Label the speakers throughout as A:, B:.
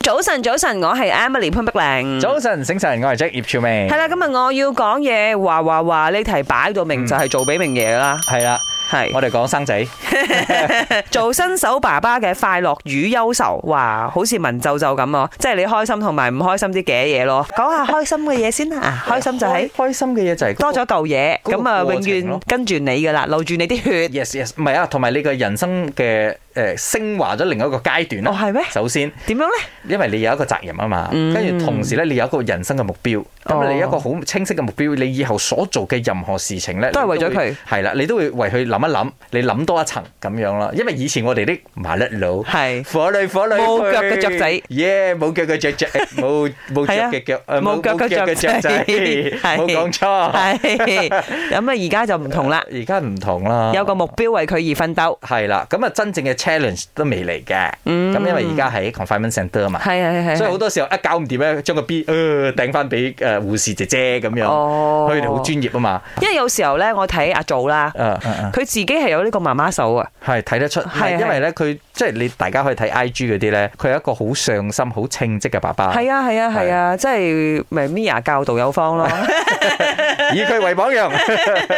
A: 早晨，早晨，我係 Emily 潘碧玲。
B: 早晨，醒晨，我係 Jack 葉兆明。
A: 係啦，今日我要講嘢，話話話呢題擺到明就係做俾明嘢啦，
B: 係啦，
A: 係
B: 我哋講生仔，
A: 做新手爸爸嘅快樂與憂愁，哇，好似文縐縐咁啊，即係你開心同埋唔開心啲嘅嘢咯。講下開心嘅嘢先 啦，開心就係
B: 開開心嘅嘢就係
A: 多咗嚿 嘢，
B: 嗰個
A: 咁啊
B: 過
A: 永
B: 程
A: 遠
B: 咯
A: 跟住你噶啦，流住你 啲血。
B: yes yes，唔係啊，同埋你個人生嘅誒升華咗另一個階段
A: 哦，
B: 啦。
A: 係咩？
B: 首先，
A: 點樣呢？
B: 因為你有一個責任啊嘛，
A: 嗯
B: 跟住同時咧，你有一個人生嘅目標，
A: 哦
B: 咁你有一個好清晰嘅目標，你以後所做嘅任何事情咧，
A: 都係為咗佢
B: 你都會，係啦，你都會為佢諗一諗，你諗多一層咁樣啦。因為以前我哋啲麻甩佬。
A: 係
B: 火女火女，
A: 冇腳嘅雀仔
B: 耶！冇腳嘅 雀仔，冇冇
A: 係
B: 腳
A: 啊
B: 嘅腳，呃
A: 冇腳嘅雀仔 係
B: 冇講錯。
A: 係，咁啊而家就唔同 啦，
B: 而家唔同啦，
A: 有個目標為佢而奮鬥。
B: 係啦，咁啊真正嘅 challenge 都未嚟嘅，咁
A: 嗯
B: 因為而家喺 confinement centre 啊 嘛，
A: 係係係，
B: 所以好多時候一搞唔掂咧，將個 B 呃掟翻俾誒護士姐姐咁樣，
A: 哦，
B: 佢哋好專業啊嘛，
A: 因為有時候咧，我睇阿祖啦，
B: 誒誒誒
A: 佢自己係有呢個媽媽手啊，
B: 係睇得出，
A: 嗯係
B: 因為咧佢即係你大家可以睇 IG 嗰啲咧，佢係一個好上心、好稱職嘅爸爸，
A: 係啊係啊係啊，即係咪 Mia 教導有方 咯，
B: 以佢為榜 樣。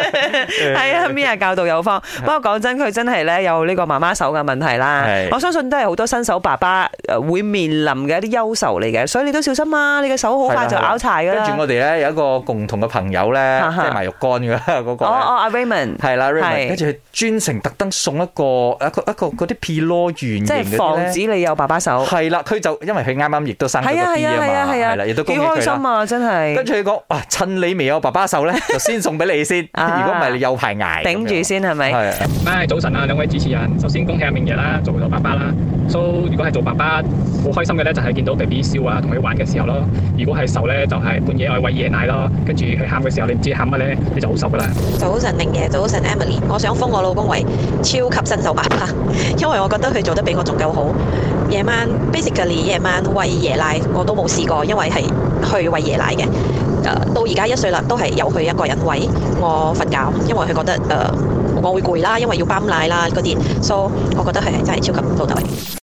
A: 係啊 Mia 教導有方。不過講真，佢真係咧有呢個媽媽手嘅問題啦
B: 係。
A: 我相信都係好多新手爸爸誒會面臨嘅一啲憂愁嚟嘅，所以你都小心啊！你嘅手好快就拗柴㗎
B: 跟住
A: 啦。
B: 我哋咧有一個共同嘅朋友咧，
A: 哈
B: 即
A: 哈
B: 係賣肉乾嘅嗰個
A: 哦
B: 呢。
A: 哦，阿 Raymond。
B: 係啦
A: 係
B: ，Raymond，跟住佢專程特登送一個一個一個嗰啲 P 羅圓形
A: 即
B: 嗰
A: 係
B: 啲
A: 防
B: 咧。
A: 止你有爸爸 手，
B: 係啦，佢就因為佢啱啱亦都生咗
A: 係啊
B: 個 B
A: 係
B: 啊
A: 啊係啊
B: 嘛，
A: 係
B: 係啦，
A: 啊，
B: 亦都
A: 幾
B: 恭喜
A: 開
B: 佢
A: 心
B: 啦。
A: 啊！真係
B: 跟住佢講，哇，趁你未有爸爸手咧，就先送俾你先。如
A: 啊
B: 果唔係，你有排捱。
A: 頂住先係咪？
B: 係。
C: 嗨，早晨啊，兩位主持人，首先恭喜阿明爺啦，做咗爸爸啦。So 如果係做爸爸，好開心嘅咧，就係見到 B B 笑啊，同佢玩嘅時候咯。如果係愁咧，就係半夜我喂夜奶咯，跟住佢喊嘅時候，你唔知喊乜咧，你就好愁噶啦。
D: 早晨，明爺，早晨，Emily。我想封我老公為超級新手爸爸， 因為我覺得佢做得比我仲夠好。夜晚 basically 夜晚餵夜奶我都冇試過，因為係去餵夜奶嘅。呃到而家一歲啦，都係由佢一個人餵我瞓覺，因為佢覺得誒、呃我會攰啦，因為要泵奶啦嗰啲，so 我覺得佢係真係超級到位。